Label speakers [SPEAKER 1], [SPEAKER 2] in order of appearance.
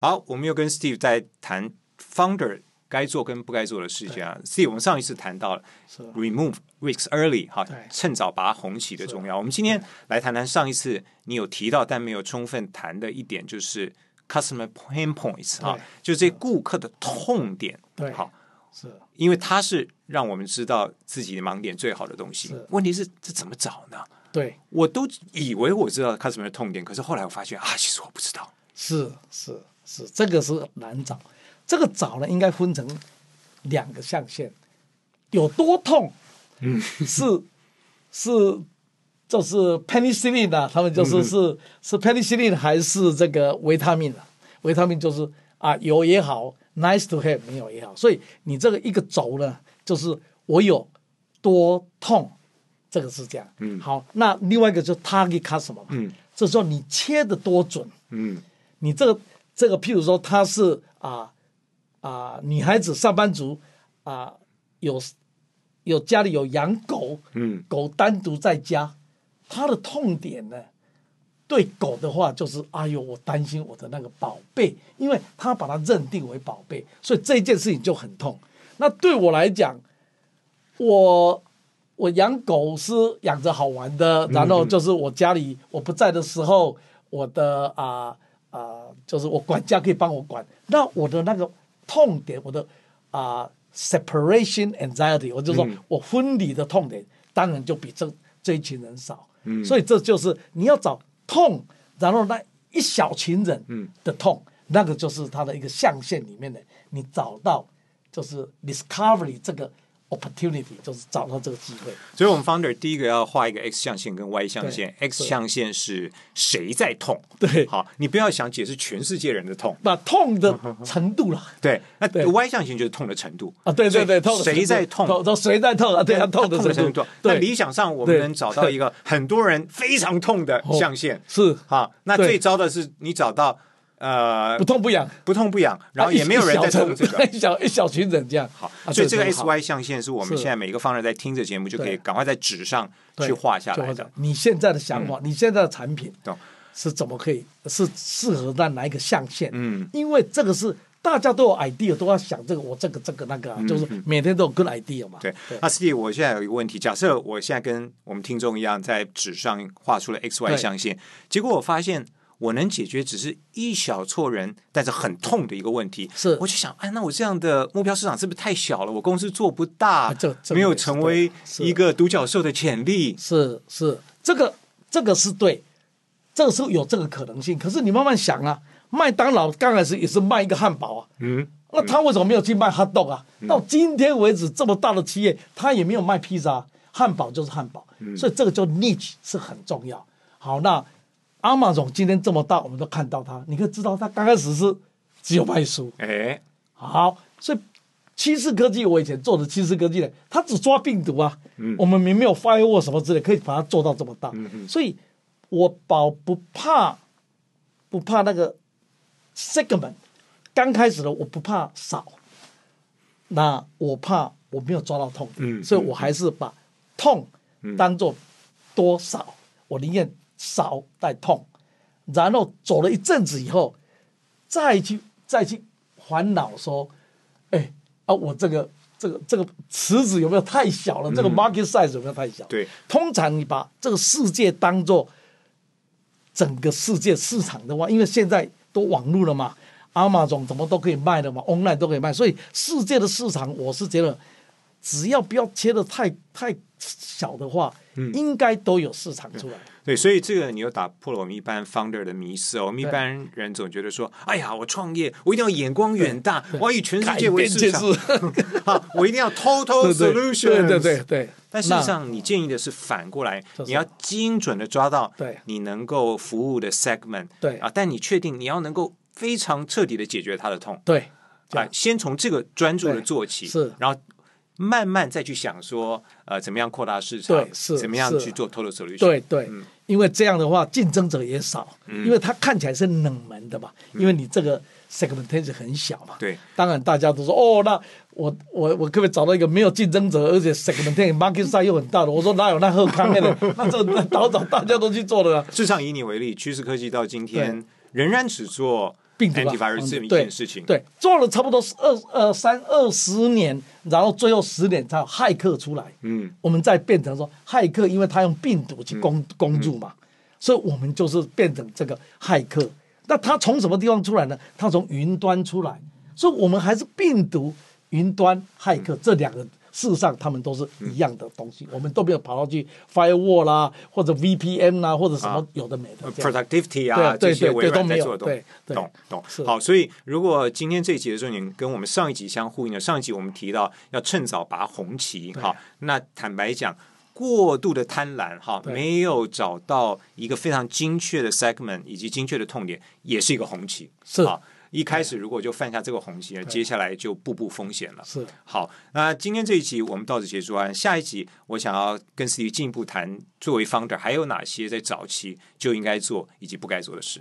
[SPEAKER 1] 好，我们又跟 Steve 在谈 founder 该做跟不该做的事情啊。Steve，我们上一次谈到了
[SPEAKER 2] 是啊
[SPEAKER 1] remove risks early，哈
[SPEAKER 2] 对，
[SPEAKER 1] 趁早拔红旗的重要。我们今天来谈谈上一次你有提到但没有充分谈的一点，就是 customer pain points 啊
[SPEAKER 2] 对，
[SPEAKER 1] 就是这顾客的痛点。
[SPEAKER 2] 对
[SPEAKER 1] 好，
[SPEAKER 2] 是啊
[SPEAKER 1] 因为它是让我们知道自己的盲点最好的东西
[SPEAKER 2] 是。
[SPEAKER 1] 问题是这怎么找呢？
[SPEAKER 2] 对
[SPEAKER 1] 我都以为我知道 customer 的痛点，可是后来我发现啊，其实我不知道。
[SPEAKER 2] 是是是，这个是难找。这个找呢，应该分成两个象限，有多痛，嗯，是是就是 penicillin 啊，他们就是是、是 penicillin 还是这个维他命啊？维他命就是啊有也好，nice to have 没有也好，所以你这个一个轴呢，就是我有多痛，这个是这样。嗯，好，那另外一个就 target customer 嘛，嗯，这时候你切的多准，
[SPEAKER 1] 嗯
[SPEAKER 2] 你这个这个，譬如说她是啊啊、女孩子上班族啊、有有家里有养狗，
[SPEAKER 1] 嗯，
[SPEAKER 2] 狗单独在家，她的痛点呢，对狗的话就是，哎呦，我担心我的那个宝贝，因为她把它认定为宝贝，所以这件事情就很痛。那对我来讲，我我养狗是养着好玩的，然后就是我家里我不在的时候，我的啊啊、就是我管家可以帮我管。那我的那个痛点，我的啊、separation anxiety，我就说我婚礼的痛点，当然就比这这一群人少。所以这就是你要找痛，然后那一小群人的痛，那个就是它的一个象限里面的，你找到就是 discovery 这个 opportunity，就是找到这个机会。
[SPEAKER 1] 所以我们 founder 第一个要画一个 X 象限跟 Y 象限。
[SPEAKER 2] 对
[SPEAKER 1] X 象限是谁在痛？
[SPEAKER 2] 对
[SPEAKER 1] 好，你不要想解释全世界人的痛。
[SPEAKER 2] 把痛的程度啦，
[SPEAKER 1] 对，那
[SPEAKER 2] 对
[SPEAKER 1] Y 象限就是痛的程度
[SPEAKER 2] 啊，对对对，
[SPEAKER 1] 所
[SPEAKER 2] 痛
[SPEAKER 1] 以
[SPEAKER 2] 的
[SPEAKER 1] 谁在痛
[SPEAKER 2] 程度？痛谁在痛啊？对啊，痛的
[SPEAKER 1] 程
[SPEAKER 2] 程
[SPEAKER 1] 度
[SPEAKER 2] 度。。
[SPEAKER 1] 那
[SPEAKER 2] 对，
[SPEAKER 1] 理想上，我们
[SPEAKER 2] 对
[SPEAKER 1] 能找到一个很多人非常痛的象限。
[SPEAKER 2] 哦是
[SPEAKER 1] 好，那
[SPEAKER 2] 对
[SPEAKER 1] 最糟的是你找到呃
[SPEAKER 2] 不痛不痒，
[SPEAKER 1] 不痛不痒，然后也没有人在痛这个。
[SPEAKER 2] 一小一小群人这样。
[SPEAKER 1] 好，
[SPEAKER 2] 啊
[SPEAKER 1] 所以这个
[SPEAKER 2] 真好
[SPEAKER 1] S Y 象限是我们
[SPEAKER 2] 是
[SPEAKER 1] 现在每一个方人在听着节目就可以
[SPEAKER 2] 对
[SPEAKER 1] 赶快在纸上
[SPEAKER 2] 对
[SPEAKER 1] 去画下
[SPEAKER 2] 就
[SPEAKER 1] 来
[SPEAKER 2] 画
[SPEAKER 1] 的嗯
[SPEAKER 2] 下。你现在的想法，你现在的产品
[SPEAKER 1] 懂
[SPEAKER 2] 是怎么可以是适合在哪一个象限？
[SPEAKER 1] 嗯，
[SPEAKER 2] 因为这个是大家都有 idea，都要想这个我这个这个那个啊，就是每天都有 good idea 嘛。
[SPEAKER 1] 嗯对，那 Steve，我现在有一个问题，假设我现在跟我们听众一样，在纸上画出了 X Y
[SPEAKER 2] 对
[SPEAKER 1] 象限，结果我发现我能解决只是一小撮人，但是很痛的一个问题。
[SPEAKER 2] 是
[SPEAKER 1] 我就想，哎，那我这样的目标市场是不是太小了？我公司做不大
[SPEAKER 2] 啊这，这
[SPEAKER 1] 没有
[SPEAKER 2] 个也是
[SPEAKER 1] 成
[SPEAKER 2] 对
[SPEAKER 1] 为
[SPEAKER 2] 是
[SPEAKER 1] 一个独角兽的潜力。
[SPEAKER 2] 是是，这个这个是对，这个时候有这个可能性。可是你慢慢想啊，麦当劳刚开始也是卖一个汉堡啊，
[SPEAKER 1] 嗯，
[SPEAKER 2] 那他为什么没有去卖 hot dog 啊？到今天为止，这么大的企业，他也没有卖披萨啊，汉堡就是汉堡，
[SPEAKER 1] 嗯
[SPEAKER 2] 所以这个叫 niche 是很重要。好，那阿玛总今天这么大，我们都看到他，你可以知道他刚开始是只有卖书，
[SPEAKER 1] 哎，
[SPEAKER 2] 好，所以七四科技，我以前做的七四科技呢，它只抓病毒啊，我们明明有 firewall 什么之类，可以把它做到这么大，所以我保不怕，不怕那个 segment，刚开始的我不怕少，那我怕我没有抓到痛点，
[SPEAKER 1] 嗯
[SPEAKER 2] 所以我还是把痛当做多少，我宁愿少带痛，然后走了一阵子以后，再去再去烦恼说，哎啊，我这个这个这个池子有没有太小了？这个 market size 有没有太小？
[SPEAKER 1] 对，
[SPEAKER 2] 通常你把这个世界当做整个世界市场的话，因为现在都网络了嘛，阿玛总怎么都可以卖的嘛，online 都可以卖，所以世界的市场，我是觉得只要不要切的太太小的话，应该都有市场出来。
[SPEAKER 1] 对，所以这个你又打破了我们一般 founder 的迷思哦。我们一般人总觉得说，哎呀，我创业，我一定要眼光远大，我要以全世界为市场，
[SPEAKER 2] 改变这
[SPEAKER 1] 好，我一 定要 total
[SPEAKER 2] 对对
[SPEAKER 1] solution，
[SPEAKER 2] 对对对。对。
[SPEAKER 1] 但事实上，你建议的是反过来，
[SPEAKER 2] 就是
[SPEAKER 1] 你要精准的抓到
[SPEAKER 2] 对
[SPEAKER 1] 你能够服务的 segment，
[SPEAKER 2] 对
[SPEAKER 1] 啊，但你确定你要能够非常彻底的解决他的痛
[SPEAKER 2] 那，对这
[SPEAKER 1] 啊
[SPEAKER 2] 样，
[SPEAKER 1] 先从这个专注的做起，
[SPEAKER 2] 对是
[SPEAKER 1] 然后慢慢再去想说，呃，怎么样扩大市场，
[SPEAKER 2] 对是
[SPEAKER 1] 怎么样
[SPEAKER 2] 是
[SPEAKER 1] 去做 total solution，
[SPEAKER 2] 对对，
[SPEAKER 1] 嗯
[SPEAKER 2] 因为这样的话竞争者也少，因为它看起来是冷门的嘛，因为你这个 segmentation 很小嘛。
[SPEAKER 1] 嗯对，
[SPEAKER 2] 当然大家都说哦，那我我我可不可以找到一个没有竞争者，而且 segmentation market size 又很大的？我说哪有那贺康的？那这那早早大家都去做了啊。
[SPEAKER 1] 至上以你为例，趋势科技到今天仍然只做
[SPEAKER 2] 病毒的
[SPEAKER 1] antivirus 这
[SPEAKER 2] 防
[SPEAKER 1] 一
[SPEAKER 2] 对
[SPEAKER 1] 件事情，
[SPEAKER 2] 对，做了差不多是二呃三二十年，然后最后十年才有骇客出来，
[SPEAKER 1] 嗯，
[SPEAKER 2] 我们再变成说骇客，因为他用病毒去攻、攻入嘛，
[SPEAKER 1] 嗯
[SPEAKER 2] 所以我们就是变成这个骇客。那他从什么地方出来呢？他从云端出来，所以我们还是病毒、云端、骇
[SPEAKER 1] 嗯
[SPEAKER 2] 客、这两个。事实上，他们都是一样的东西，我们都没有跑到去 firewall 啦，或者 VPN 啦，或者什么
[SPEAKER 1] 啊
[SPEAKER 2] 有的没的这样。
[SPEAKER 1] productivity 啊，
[SPEAKER 2] 对对
[SPEAKER 1] 这些
[SPEAKER 2] 对
[SPEAKER 1] 微
[SPEAKER 2] 对都
[SPEAKER 1] 软
[SPEAKER 2] 没
[SPEAKER 1] 在
[SPEAKER 2] 有
[SPEAKER 1] 做的东西
[SPEAKER 2] 对，对
[SPEAKER 1] 懂懂
[SPEAKER 2] 是。
[SPEAKER 1] 好，所以如果今天这一集的重点跟我们上一集相呼应的，上一集我们提到要趁早拔红旗，
[SPEAKER 2] 对
[SPEAKER 1] 哈，那坦白讲。过度的贪婪，哈，
[SPEAKER 2] 对
[SPEAKER 1] 没有找到一个非常精确的 segment 以及精确的痛点，也是一个红旗。
[SPEAKER 2] 是
[SPEAKER 1] 啊，一开始如果就犯下这个红旗呢，接下来就步步风险了。
[SPEAKER 2] 是
[SPEAKER 1] 好，那今天这一集我们到此结束啊。下一集我想要跟 Steve 进一步谈，作为 founder 还有哪些在早期就应该做以及不该做的事。